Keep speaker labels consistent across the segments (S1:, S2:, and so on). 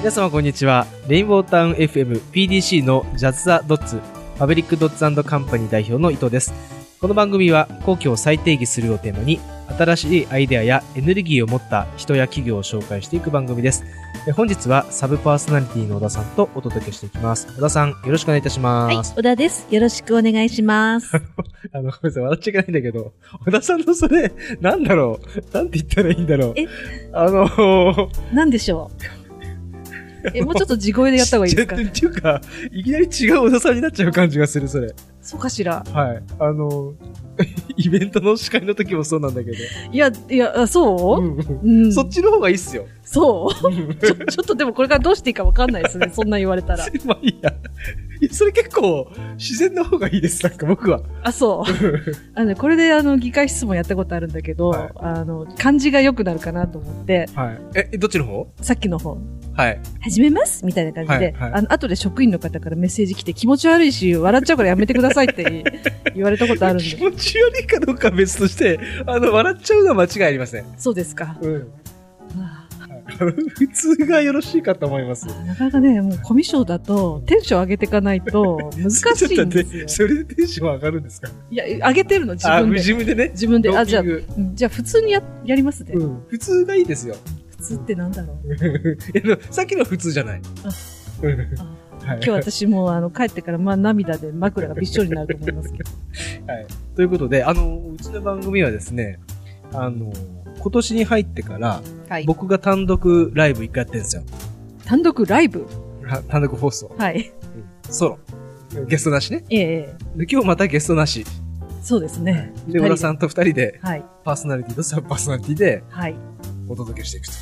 S1: 皆様こんにちは。レインボータウン FM PDC のジャズ・ザ・ドッツ、パブリック・ドッツカンパニー代表の伊藤です。この番組は、皇居を再定義するをテーマに、新しいアイデアやエネルギーを持った人や企業を紹介していく番組です。え本日はサブパーソナリティの小田さんとお届けしていきます。小田さん、よろしくお願いいたしま
S2: はい、
S1: す。
S2: 小田です。よろしくお願いします。
S1: あの、ごめんなさい、笑っちゃいけないんだけど、小田さんのそれ、なんだろう、なんて言ったらいいんだろう。
S2: え
S1: あのー、
S2: なんでしょう。 え、もうちょっと地声でやった方がいいですか
S1: ちょっとっていうか、いきなり違う小田さんになっちゃう感じがする、それ。
S2: そうかしら。
S1: はい。あの、 イベントの司会の時もそうなんだけど。
S2: いや、いや、あそう、
S1: う
S2: うん
S1: うん
S2: ん、
S1: そっちの方がいいっすよ。
S2: そう
S1: うん
S2: ちょちょっとでもこれからどうしていいかわかんないです ね。そんな言われたら。
S1: まあいいや。いやそれ結構、自然の方がいいです、なんか僕は。
S2: あ、そう。 あのね、これであの、議会質問やったことあるんだけど、
S1: はい
S2: あの、漢字が良くなるかなと思って、
S1: はい。え、どっちの方
S2: さっきの方、
S1: はい。
S2: 始めますみたいな感じで、
S1: はいはい
S2: あの、後で職員の方からメッセージ来て、気持ち悪いし、笑っちゃうからやめてくださいって言い言われたことあるん
S1: 気
S2: で。
S1: 持ち悪いかどうかは別として、あの、笑っちゃうのは間違いありません。
S2: そうですか。
S1: うん。
S2: ああ
S1: 普通がよろしいかと思います。
S2: なかなかね、もうコミュ障だと、テンション上げていかないと、難 しいんですよ。
S1: それでテンション上がるんですか
S2: いや、上げてるの、自
S1: あ、
S2: 分で。
S1: 自分でね。
S2: 自分で。あ、じゃあ
S1: ロ、ーピ
S2: うんじゃあ普通にや、やりますね
S1: ン。グうん。普通がいいです よ。
S2: 普通ってなんだろう。
S1: えでもさっきのは普通じゃない。うん
S2: あ
S1: はい
S2: 今日私も、あの、帰ってから、まあ、涙で枕がびっしょりになると思いま すけど。
S1: ということで、あの、うちの番組はですね、あの、今年に入ってから、
S2: はい。
S1: 僕が単独ライブ一回やってるんですよ。
S2: 単独ライブ
S1: ら単独放送。
S2: はい。
S1: ソロ。ゲストなしね。
S2: ええ
S1: で今日またゲストなし。
S2: そうですね。
S1: で、小田さ
S2: ん。
S1: んと二人で、
S2: はい。
S1: パーソナリティとサブパーソナリティで
S2: はい。
S1: お届けしていくと。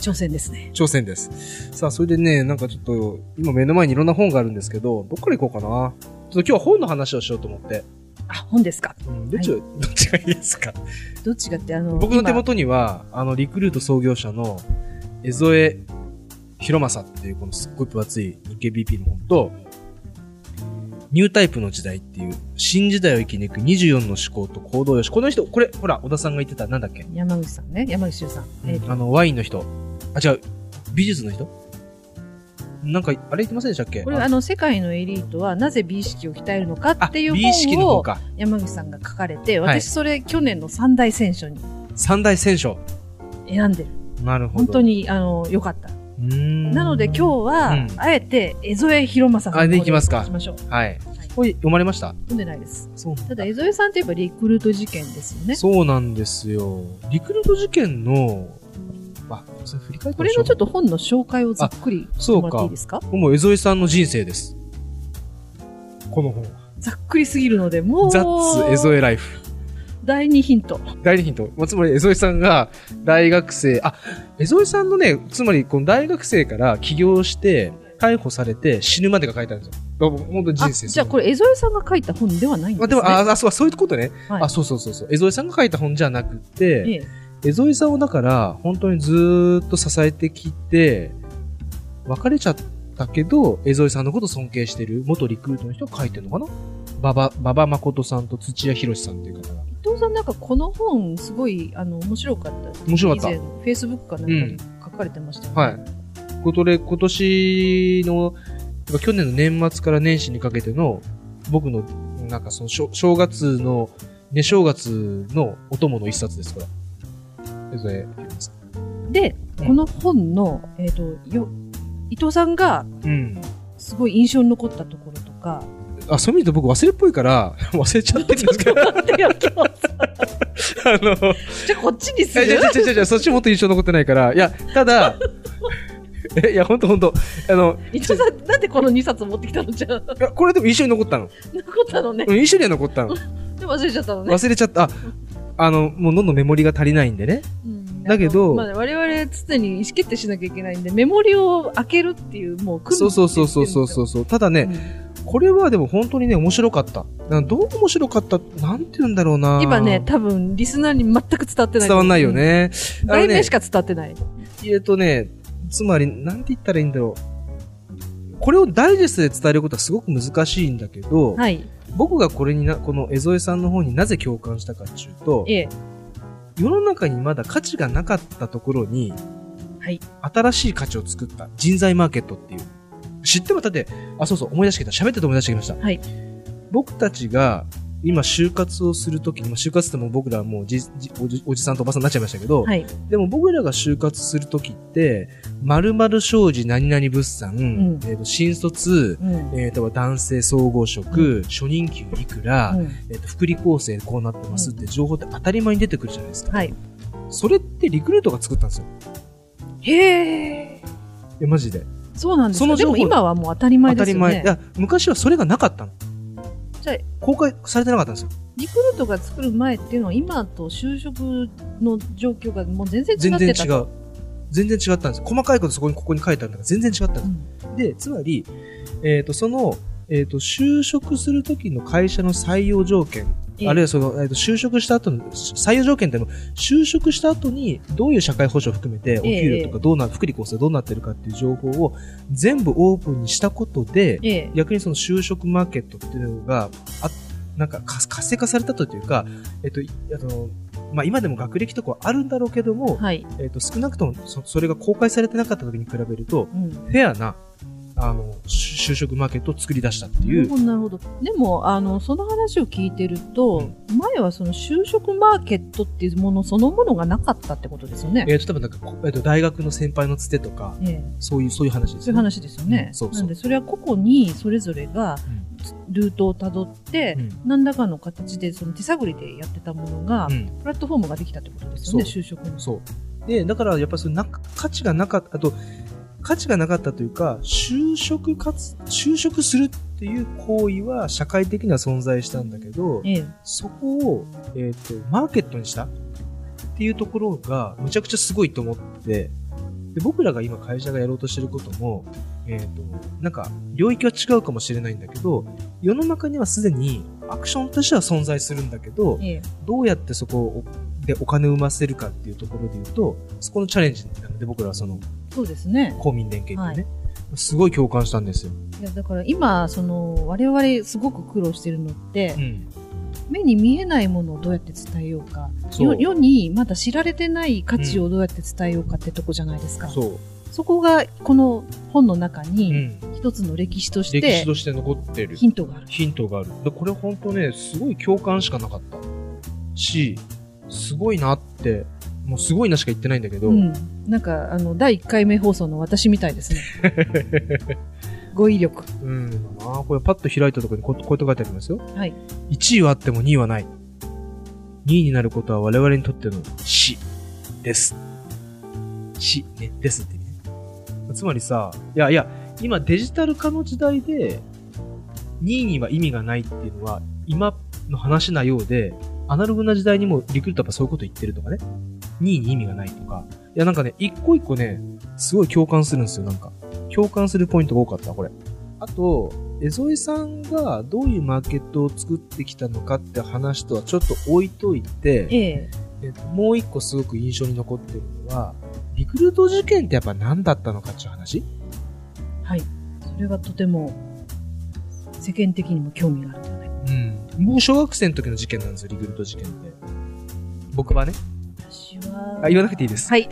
S2: 挑戦ですね。
S1: 挑戦です。さあ、それでね、なんかちょっと、今目の前にいろんな本があるんですけど、どっから行こうかな。ちょっと今日は本の話をしようと思って。
S2: あ、本ですか。
S1: うん、どっちが、どっちがいいですか
S2: どっちがって、あの、
S1: 僕の手
S2: 今
S1: 元には、あの、リクルート創業者の江添博正っていう、このすっごい分厚い日経 BP の本と、ニュータイプの時代っていう、新時代を生き抜く24の思考と行動よし。この人、これ、ほら、小田さんが言ってた、なんだっけ、
S2: 山口さんね。山口周さん。えっと
S1: あの、ワインの人。あ、違う、美術の人なんか、あれ言ってませんでしたっけ
S2: これあの世界のエリートはなぜ美意識を鍛えるのかっていう
S1: 美意識の
S2: 本
S1: 方
S2: を
S1: か。
S2: 山口さんが書かれて
S1: はい
S2: 私それ去年の三大選書に
S1: 三大選書。
S2: 選んでる
S1: なるほど。
S2: 本当。にあの良かったな
S1: な
S2: ので今日は、
S1: うん
S2: あえて江添博正さんの
S1: あで
S2: 方
S1: いきますか
S2: 行きましょう
S1: 日。はい。これ、読まれました
S2: 読んでないです
S1: そうなん
S2: ただ江添さんといえばリクルート事件ですよね
S1: そうなんですよ。リクルート事件の、あ、それ振り返って
S2: これのちょっ
S1: と。
S2: と本の紹介をざっくりしてもらっていいですか
S1: もう江添さんの人生です。この本。
S2: ざっくりすぎるのでもう
S1: ザッツ江添ライフ。
S2: 第二ヒント
S1: 第二ヒント。まあつまり江添さんが大学生、あ、江添さんのね、つまりこの大学生から起業して、逮捕されて死ぬまでが書いてあるんですよ。だから本当に人生
S2: あ
S1: ですよ
S2: じゃあこれ江添さんが書いた本ではないんです
S1: あ
S2: ね
S1: でも、あ、あそう、そういうことね。
S2: はい
S1: あ、そうそうそうそう。江添さんが書いた本じゃなくて、
S2: ええ
S1: 江添さんをだから、本当にずーっと支えてきて、別れちゃったけど、江添さんのこと尊敬してる、元リクルートの人が書いてるのかな馬場、馬場誠さんと土屋博さんっていう方が。
S2: 伊藤さんなんかこの本すごいあの面白かったって
S1: 面白かった
S2: 以前フェイスブックかなんかに書かれてましたよね、
S1: はい。ことで、今年の、去年の年末から年始にかけての、僕の、なんかその、しょ正月の、ね、正月のお供の一冊ですから。江添博さん。
S2: で
S1: うん
S2: この本の、えっとよ伊藤さんが
S1: うん。
S2: すごい印象に残ったところと か
S1: あ、そういう意味で僕忘れっぽいから、 忘れちゃってるんですけど、あ
S2: 待ってよ今日
S1: の、
S2: じゃあこっちにす
S1: え、じゃ
S2: る
S1: じゃじゃじゃじゃそっちもっと印象残ってないから、いや、た だ、え、いや、ほんとほんと、あの、
S2: 伊藤さんなんでこの2冊持ってきたのじゃあ
S1: いやこれでも印象に残ったの。
S2: 残ったのね
S1: うん、印象には残ったの。
S2: で忘れちゃったのね、
S1: 忘れちゃった。あ、あの、もうどんどんメモリが足りないんでね。
S2: うん
S1: だけど
S2: まあ、我々常に意思決定しなきゃいけないんでメモリを開けるっていうもう訓練
S1: そうそうそうそうそうそうそう。ただね、
S2: うん
S1: これはでも本当にね、面白かった。なんどう面白かった、なんて言うんだろうな。
S2: 今ね、多分リスナーに全く伝わってない
S1: 伝わんないよね。
S2: うん
S1: あの
S2: 題
S1: ね
S2: 名しか伝わってない
S1: えっとね、つまり、なんて言ったらいいんだろう。これをダイジェストで伝えることはすごく難しいんだけど、
S2: はい
S1: 僕がこれにな、この江添さんの方になぜ共感したかっていうと、
S2: ええ
S1: 世の中にまだ価値がなかったところに、
S2: はい
S1: 新しい価値を作った人材マーケットっていう。知ってもだって、あ、そうそう、思い出してきた。喋ってて思い出してきました。
S2: はい
S1: 僕たちが、今、就活をするときに、まあ就活ってもう僕らはもうじじおじおじさんとおばさんになっちゃいましたけど、
S2: はい。
S1: でも僕らが就活するときって、〇〇商事何々物産、
S2: ん
S1: えーと新卒、
S2: うん。
S1: えーと男性総合職、初任給いくら、
S2: うん
S1: えーと福利厚生こうなってますって情報って当たり前に出てくるじゃないですか。
S2: はい。
S1: それってリクルートが作ったんですよ。
S2: へえ。
S1: え、マジで。
S2: そうなんです
S1: そ
S2: か
S1: の
S2: で
S1: 情報
S2: も今はもう当たり前
S1: 当た
S2: です
S1: り
S2: よ
S1: 前。
S2: ね
S1: い。や、昔はそれがなかったの。
S2: じゃあ
S1: 公開されてなかったんですよ。
S2: リクルートが作る前っていうのは今と就職の状況がもう全然違
S1: 全
S2: っ
S1: 然
S2: て
S1: 違
S2: た。
S1: う。全然違ったんですよ。細かいことそこに、ここに書いてあるんだから全然違ったんです
S2: うん
S1: で、つまり、えっ、と、その、えっ、と、就職するときの会社の採用条件、
S2: ええ
S1: あるいはその、えー、と就職した後の、採用条件っていうのは、就職した後にどういう社会保障を含めて、お給料とかどうな、福利厚生どうなってるかっていう情報を全部オープンにしたことで、
S2: ええ。
S1: 逆にその就職マーケットっていうのが、あなんかか活性化されたというか、えっ、と、いあの、まあ、今でも学歴とかはあるんだろうけども、
S2: はい。
S1: えっ、と、少なくともそそれが公開されてなかった時に比べると、
S2: うん。
S1: フェアな、あの、就就職マーケットを作り出したって
S2: ないる
S1: う
S2: ほ。ど、なるほど。でも、あの、その話を聞いてると、前はその就職マーケットっていうものそのものがなかったってことですよね。
S1: えっ、と、多分なんか、こえっ、と、大学の先輩のつてとか、
S2: ええ。
S1: そういう、そういう話です
S2: そ
S1: よ
S2: うい
S1: ね。
S2: う話ですよね。
S1: うんそうそう
S2: なんで、それは個々にそれぞれがルートをたどって、
S1: うん
S2: 何らかの形でその手探りでやってたものが、
S1: うん。
S2: プラットフォームができたってことですよね、
S1: そ
S2: 就職の。
S1: そう。で、だから、やっぱりそのな、価値がなかった、あと、価値がなかったというか、就職かつ、就職するっていう行為は社会的には存在したんだけど、
S2: ええ、
S1: そこを、えっ、と、マーケットにしたっていうところが、むちゃくちゃすごいと思って、で、僕らが今会社がやろうとしてることも、えっ、と、なんか、領域は違うかもしれないんだけど、世の中にはすでにアクションとしては存在するんだけど、
S2: ええ、
S1: どうやってそこをでお金を生ませるかっていうところで言うと、そこのチャレンジなので、僕らはその
S2: そうですね。
S1: 公民連携っていうね、すごい共感したんですよ。
S2: いやだから今、その、我々すごく苦労してるのって、
S1: ん。
S2: 目に見えないものをどうやって伝えようか、
S1: そ
S2: 世
S1: う。
S2: 世にまだ知られてない価値をどうやって伝えようかってとこじゃないですか。
S1: そ
S2: そこが、この本の中
S1: う。う
S2: に、
S1: ん。
S2: 一つの歴史とし
S1: 歴史
S2: て、
S1: として残ってる。
S2: ヒントがある。
S1: ヒントがある。で、これ本当ね、すごい共感しかなかったし、すごいなって、もうすごいなしか言ってないんだけど、
S2: うん、なんかあの第1回目放送の私みた いですね語彙力
S1: うん、まあ、これパッと開いたところにここうやって書いてありますよ。
S2: はい
S1: 1位はあっても2位はない。2位になることは我々にとっての死です。死、ね、ですって意味ね。つまりさ、いやいや、今デジタル化の時代で、2位には意味がないっていうのは、今の話なようで、アナログな時代にもリクルートはそういうこと言ってるとかね。2位に意味がないとか。いや、なんかね、一個一個ね、すごい共感するんですよ、なんか。共感するポイントが多かった、これ。あと、江添さんがどういうマーケットを作ってきたのかって話とはちょっと置いといて、
S2: ええ
S1: えっともう一個すごく印象に残ってるのは、リクルート事件ってやっぱ何だったのかっていう話
S2: はいそれがとても世間的にも興味があるんじゃない
S1: うん。もう小学生の時の事件なんですよ、リクルート事件って。僕はね。
S2: 私は
S1: あ、言わなくていいです。
S2: はい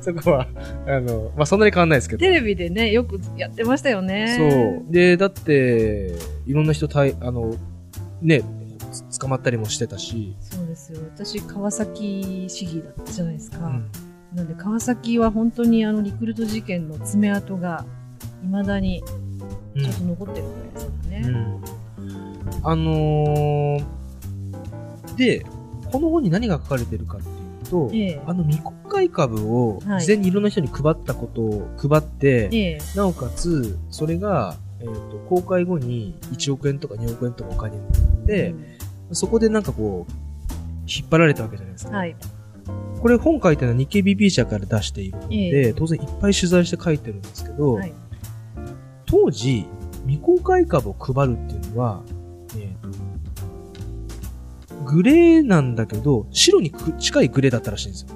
S1: そこは、あの、まあ、そんなに変わんないですけど
S2: テ。レビでねよくやってましたよね
S1: そう。で、だって、いろんな人たい、あの、ね、つ捕まったりもしてたし、
S2: そうですよ私川崎市議だったじゃないですか、
S1: うん
S2: なんで川崎は本当にあのリクルート事件の爪痕がいまだにちょっと残ってるぐらいですからね、
S1: あのーで、この本に何が書かれてるかっていうと、
S2: ええ
S1: あの未公開株を
S2: はい
S1: 事前にいろんな人に配ったことを配って、
S2: ええ
S1: なおかつ、それが、えー、と公開後に1億円とか2億円とかお金になって、そこでなんかこう、引っ張られたわけじゃないです
S2: うん
S1: か。
S2: はい
S1: これ本書いてるのは日経 BP 社から出しているので、
S2: え
S1: 当然いっぱい取材して書いてるんですけど、
S2: はい
S1: 当時、未公開株を配るっていうのは、えーグレーなんだけど、白にく近いグレーだったらしいんですよ。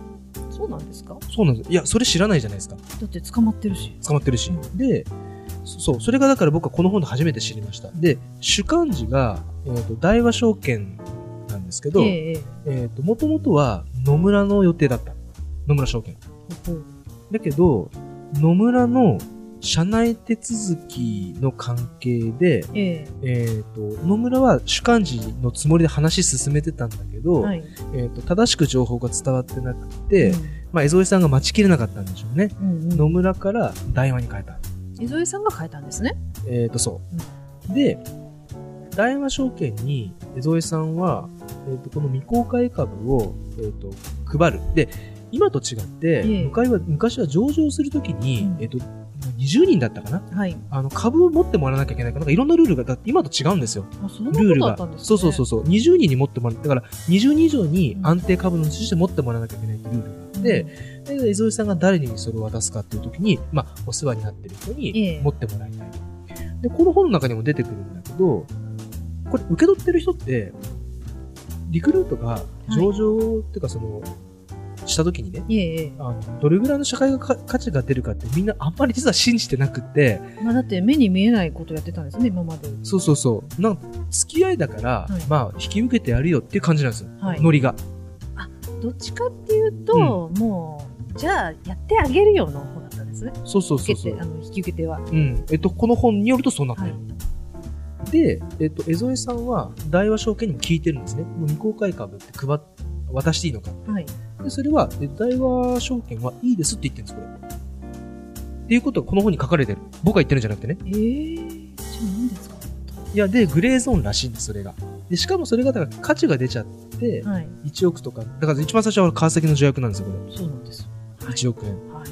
S2: そうなんですか
S1: そうなんです。いや、それ知らないじゃないですか。
S2: だって捕まってるし。
S1: 捕まってるし。で、そそう、それがだから僕はこの本で初めて知りました。で、主幹事が、えーと、大和証券なんですけど、
S2: ええええ
S1: えっ、と、もともとは野村の予定だった。野村証券。だけど、野村の社内手続きの関係で、
S2: え
S1: えっ、と、野村は主幹事のつもりで話進めてたんだけ
S2: え
S1: ど、
S2: はい。
S1: えっ、と、正しく情報が伝わってなくて、まあ、江添さんが待ちきれなかったんでしょうね。
S2: うんうん
S1: 野村から台湾に変えた。
S2: 江添さんが変えたんですね。
S1: えっ、と、そう。で、大和証券に江添さんは、えー、とこの未公開株を、えー、と配る。で、今と違って、
S2: ええ
S1: 昔は昔は上場するときに、
S2: うん
S1: えー、と20人だったかな
S2: はい。
S1: あの株を持ってもらわなきゃいけないからなんかいろんなルールがだって今と違うんですよ。
S2: あ、そんな
S1: ルー
S2: こ
S1: ル
S2: とだ
S1: が
S2: ったんですね。
S1: そうそうそうそう20人に持ってもらってだから20人以上に
S2: うん
S1: 安定株主として持ってもらわなきゃいけないっていうルールがあって、で、江添さんが誰にそれを渡すかっていう時に、まあ、お世話になってる人
S2: え
S1: に
S2: え
S1: 持ってもらいたい。で、この本の中にも出てくるんだけど、これ受け取ってる人って、リクルートが上場、っていうかその、した時にね、
S2: えええ
S1: あの、どれぐらいの社会がか価値が出るかってみんなあんまり実は信じてなくって、
S2: えまあだって目に見えないことやってたんですね、今まで。
S1: そうそうそう、なんか付き合いだから、
S2: はい
S1: まあ、引き受けてやるよっていう感じなんですよ。
S2: はい
S1: ノリが。
S2: どっちかっていうと、もう、じゃあやってあげるよの方だったんですね。
S1: そうそうそ
S2: 受
S1: うそ
S2: けて、
S1: う
S2: あ。の、引き受け手は。
S1: うん。えっと、この本によるとそうなって
S2: は
S1: る。
S2: い。
S1: で、えっと、江添さんは大和証券にも聞いてるんですね。もう未公開株って配っ渡していいのか。
S2: はい。
S1: で、それは、え大和証券はいいですって言ってるんです、これ。っていうことはこの本に書かれてる。僕が言ってるんじゃなくてね。
S2: ええじゃあ何ですか
S1: いや、で、グレーゾーンらしいんです、それが。で、しかもそれが、だから価値が出ちゃって、
S2: はい。
S1: 1億とか、だから一番最初は川崎の条約なんですよ、こ
S2: そうなんですよ。
S1: れ。1億円。
S2: は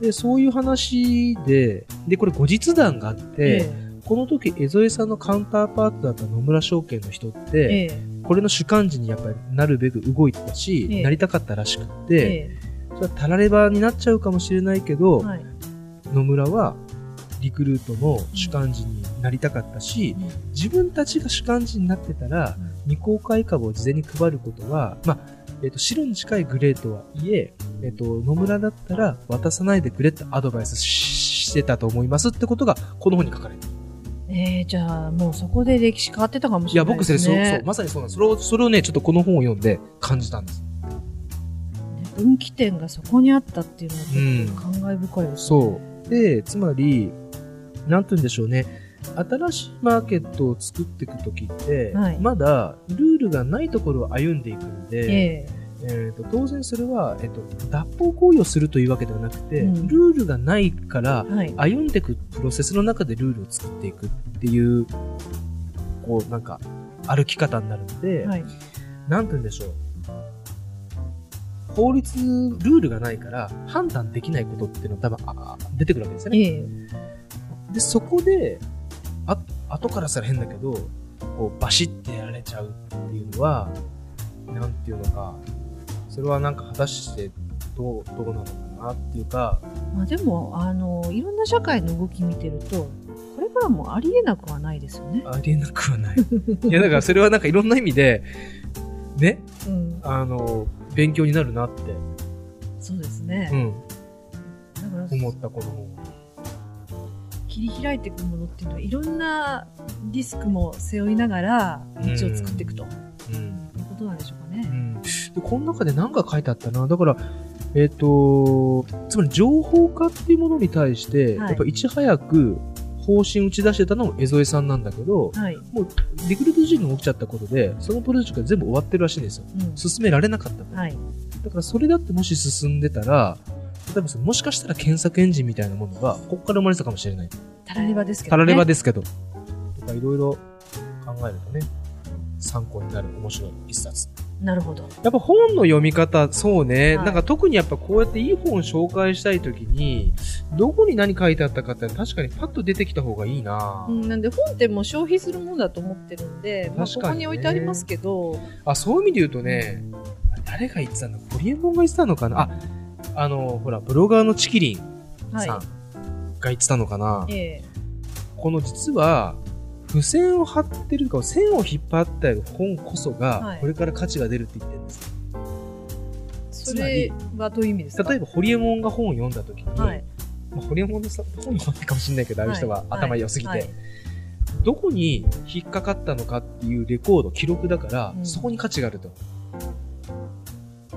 S2: い。
S1: で、そういう話で、で、これ後日談があって、この時、江添さんのカウンターパートだった野村証券の人って、
S2: ええええ
S1: これの主幹事にやっぱりなるべく動いてたし、
S2: ええ
S1: なりたかったらしく
S2: え
S1: て、それはたらればになっちゃうかもしれないけど、
S2: えはい。
S1: 野村はリクルートの主幹事になりたかったし、自分たちが主幹事になってたら、
S2: うん
S1: 未公開株を事前に配ることは、まあえっと白に近いグレーとはいええっと野村だったら渡さないでくれってアドバイスししてたと思いますってことがこの本に書かれてる
S2: ええじゃあもうそこで歴史変わってたかもし
S1: いや
S2: れない
S1: 僕
S2: で
S1: そ
S2: す
S1: れ
S2: ね。
S1: そうそうまさにそうなんですそれをそれをねちょっとこの本を読んで感じたんです
S2: 分岐点がそこにあったっていうのはちょっと感慨深いですね、
S1: そう。で、つまり、なんて言うんでしょうね。新しいマーケットを作っていくときって、
S2: はい
S1: まだルールがないところを歩んでいくので、え
S2: え
S1: ーと当然それは、えっと脱法行為をするというわけではなくて、
S2: うん
S1: ルールがないから
S2: えはい。
S1: 歩んでいくプロセスの中でルールを作っていくっていう、こうなんか歩き方になるので、
S2: はい。
S1: なんて言うんでしょう。法律、ルールがないから判断できないことっていうのは多分あ出てくるわけですよね。
S2: ええ
S1: で、そこで、あ、後からしたら変だけど、こう、バシッてやられちゃうっていうのは、なんていうのか、それはなんか果たしてどう、どうなのかなっていうか、
S2: まあでも、あの、いろんな社会の動き見てると、これからもありえなくはないですよね。
S1: ありえなくはない。いや、だからそれはなんかいろんな意味で、ね、
S2: うん。
S1: あの、勉強になるなって、
S2: そうですね
S1: う。ん、
S2: だから、
S1: 思ったこの本は。
S2: 切り開いていくものっていうのは、いろんなリスクも背負いながら、道を作っていくという
S1: うん。
S2: ことなんでしょうか
S1: う
S2: ね。
S1: ん、でこの中で何か書いてあったなだから、えっとつまり情報化っていうものに対して、
S2: はい
S1: やっぱいち早く方針打ち出してたのも江添さんなんだけど
S2: はい。う
S1: もうリクルート事件が起きちゃったことでそのプロジェクトが全部終わってるらしいんですよ
S2: ん。
S1: 進められなかったの
S2: はい。
S1: だからそれだってもし進んでたら例えばそのもしかしたら検索エンジンみたいなものがここから生まれてたかもしれない
S2: たらればですけど
S1: た
S2: ね。
S1: らればですけど、とかいろいろ考えるとね参考になる面白い一冊
S2: なるほど。
S1: やっぱ本の読み方、そうね、
S2: はい
S1: なんか特にやっぱこうやっていい本を紹介したいときに、どこに何書いてあったかって確かにパッと出てきた方がいいな、
S2: うん、なんで本ってもう消費するものだと思ってるんで、まあ、
S1: 確かにね
S2: ここに置いてありますけど、
S1: あ、そういう意味で言うとね、誰が言ってたのホリエモンが言ってたのかなあ、あの、ほら、ブロガーのチキリン
S2: はい
S1: さんが言ってたのかな、
S2: ええ
S1: この実は、付箋を貼ってるとか、線を引っ張ってある本こそ
S2: は
S1: が
S2: い、
S1: これから価値が出るって言ってるんです。
S2: それはどういう意味ですか
S1: 例えば、ホリエモンが本を読んだときに、
S2: はい、
S1: まあ、ホリエモンのさ本もあったかもしれないけど、ああいう人は頭良すぎて、
S2: はいはい
S1: どこに引っかかったのかっていうレコード、記録だから、
S2: うん
S1: そこに価値があると。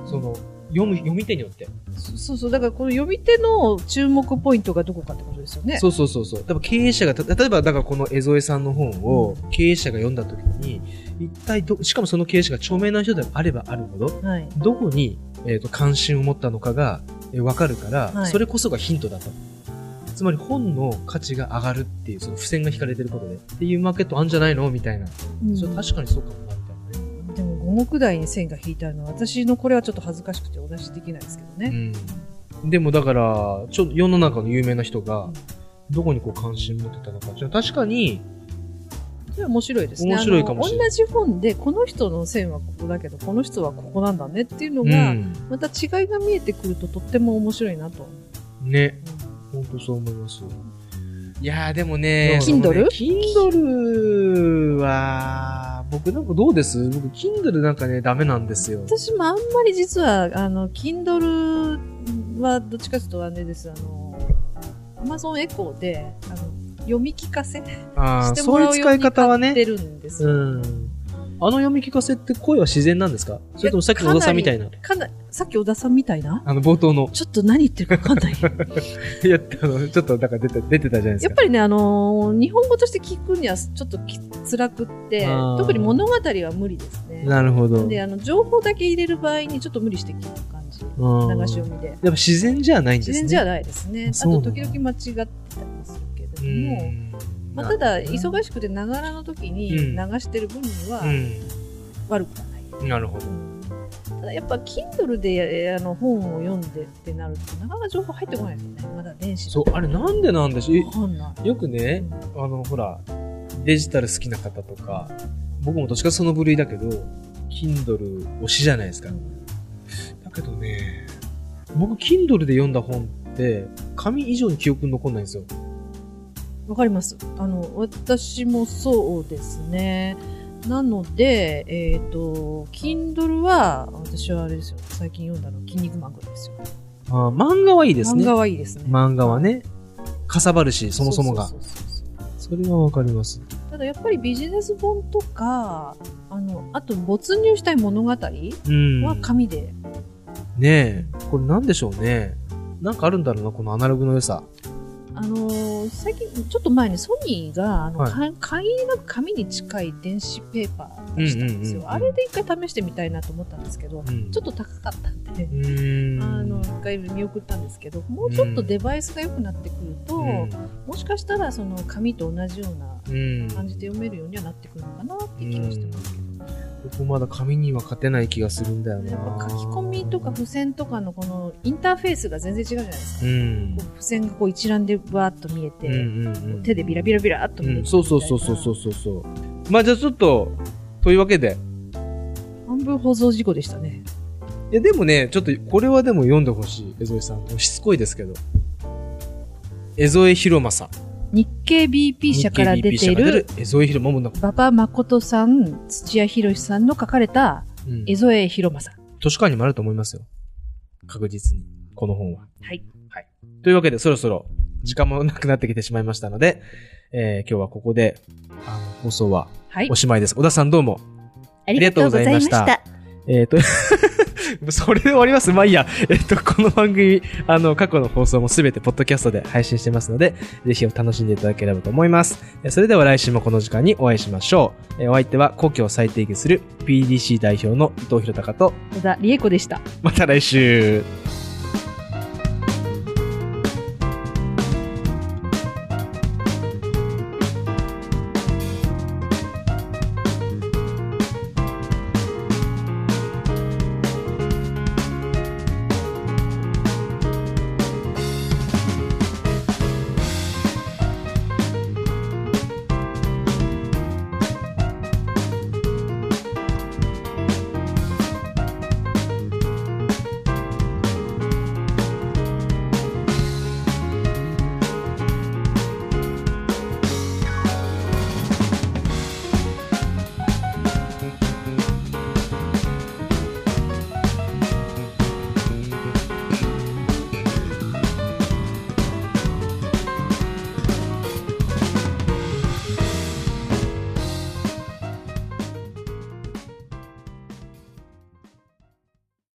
S1: その、読む、読み手によって。
S2: そそうそう、だからこの読み手の注目ポイントがどこかってことですよね。
S1: そうそうそうそう。多分経営者が、た例えばだからこの江添さんの本を経営者が読んだ時に、一体ど、しかもその経営者が著名な人であればあるほど、
S2: はい。
S1: どこに、えー、と関心を持ったのかがえーわかるから、
S2: はい
S1: それこそがヒントだと。つまり本の価値が上がるっていう、その付箋が引かれてることで、っていうマーケットあんじゃないのみたいな。
S2: うん
S1: それ確かにそうかもな、みたいなね。
S2: でも五目台に線が引いてあるのは私のこれはちょっと恥ずかしくてお出しできないですけどね。
S1: うん。でもだから、ちょ世の中の有名な人が、どこにこう関心持ってたのかっていうのは確かに、
S2: それは面白いですね。
S1: 面白いかもしれない
S2: あの同じ本でこの人の線はここだけどこの人はここなんだねっていうの
S1: う
S2: が、
S1: ん。
S2: また違いが見えてくるととっても面白いなと。
S1: ね、本当そう思います。いやーでもね、
S2: Kindle？
S1: キンドルは、僕なんかどうです僕、キンドルなんかね、ダメなんですよ。
S2: 私もあんまり実はあの Kindle はどっちかというとあれですあの Amazon エコーであの読み聞かせし
S1: ああ、
S2: て
S1: そ
S2: も
S1: うい
S2: ら
S1: う
S2: うよ
S1: 使
S2: う
S1: い
S2: に買
S1: 方は
S2: って
S1: ね。
S2: るんです
S1: う
S2: よ。
S1: ん。あの読み聞かせって声は自然なんですかそれともさっきの小田さんみたいな。
S2: かなさっき小田さんみたいな。
S1: あの、冒頭の
S2: ちょっと何言ってるかわかんない。
S1: いや、あの、ちょっと、だから出て、出てたじゃないです
S2: や
S1: か。
S2: っぱりね、あのー日本語として聞くにはちょっとき辛くって
S1: あー、
S2: 特に物語は無理ですね。
S1: なるほど。
S2: で、あの、情報だけ入れる場合にちょっと無理して聞く感じ。
S1: うん
S2: 流し読みで。
S1: やっぱ自然じゃないんです
S2: 自
S1: ね。
S2: 然じゃないですね。あ
S1: そうな
S2: と、
S1: んだ
S2: 時々間違ってたりするけれど
S1: う
S2: も、
S1: ん。
S2: まあ、ただ、
S1: し
S2: 忙しくてながらの時に
S1: う
S2: 流
S1: ん
S2: してる分に
S1: う
S2: は
S1: ん。
S2: 悪くはない。
S1: なるほど。
S2: ただやっぱ Kindle でえーあの本を読んでってなるとなかなか情報入ってこないですよね。まだ電子
S1: そう、あれなんでなんでしょ
S2: わかんな
S1: うよくね
S2: い。、うん
S1: あの、ほら、デジタル好きな方とか、僕もどっちかその部類だけど、Kindle 推しじゃないですか。だけどね、僕、Kindle で読んだ本って、紙以上に記憶に残んないんですよ。
S2: わかります。あの、私もそうですね。なので、えっ、と、Kindle は、私はあれですよ。最近読んだの、筋肉マンゴですよ。
S1: あー漫画はいいですね。
S2: 漫画はいいですね。
S1: 漫画はね、かさばるし、そもそもが。
S2: ううそう
S1: そ
S2: そう
S1: れはわかります。
S2: ただやっぱりビジネス本とか、あの、あと没入したい物語は
S1: うん。
S2: 紙で。
S1: ねえ、これなんでしょうね。なんかあるんだろうな、このアナログの良さ。
S2: あのー最近、ちょっと前にソニーが、あの、
S1: はい
S2: か限りなく紙に近い電子ペーパー出したんですよ。
S1: うんうんうんうん
S2: あれで一回試してみたいなと思ったんですけど、
S1: うん。
S2: ちょっと高かったんで
S1: う、ーん。
S2: あの一回見送ったんですけどもうちょっとデバイスが良くなってくると、もしかしたらその紙と同じような
S1: うん。
S2: 感じで読めるようにはなってくるのかなっていう気がしてますけ
S1: 僕まだ紙には勝てない気がするんだよ
S2: ど、
S1: な。
S2: やっぱ書き込みとか付箋とかのこのインターフェースが全然違うじゃないですか、
S1: うん
S2: こう付箋がこう一覧でわーっと見えて、
S1: うんうん
S2: こ
S1: う、
S2: うん手でビラビラビラっと見えて、
S1: うん、そうそうそうそうそうそうそうまあじゃあちょっとというわけで
S2: 半分放送事故でしたね
S1: いやでもねちょっとこれはでも読んでほしい江添さんしつこいですけど江添博正
S2: 日経 BP 社から出ている
S1: 江添博正もうなんか、
S2: 馬場誠さん土屋博さんの書かれた
S1: うん、
S2: 江添博正
S1: 図書館にもあると思いますよ確実にこの本は
S2: はい
S1: というわけでそろそろ時間もなくなってきてしまいましたので、えー今日はここであの放送は
S2: はい
S1: おしまいです、小田さんどうも
S3: ありがとうございました。
S1: ありがえっ、と、 それで終わります。まあいいや。えっ、と、この番組、あの、過去の放送もすべてポッドキャストで配信してますので、ぜひお楽しんでいただければと思います。えそれでは来週もこの時間にお会いしましょう。えお相手は、故郷を再定義する PDC 代表の伊藤博隆と、
S2: 小田理恵子でした
S1: また来週。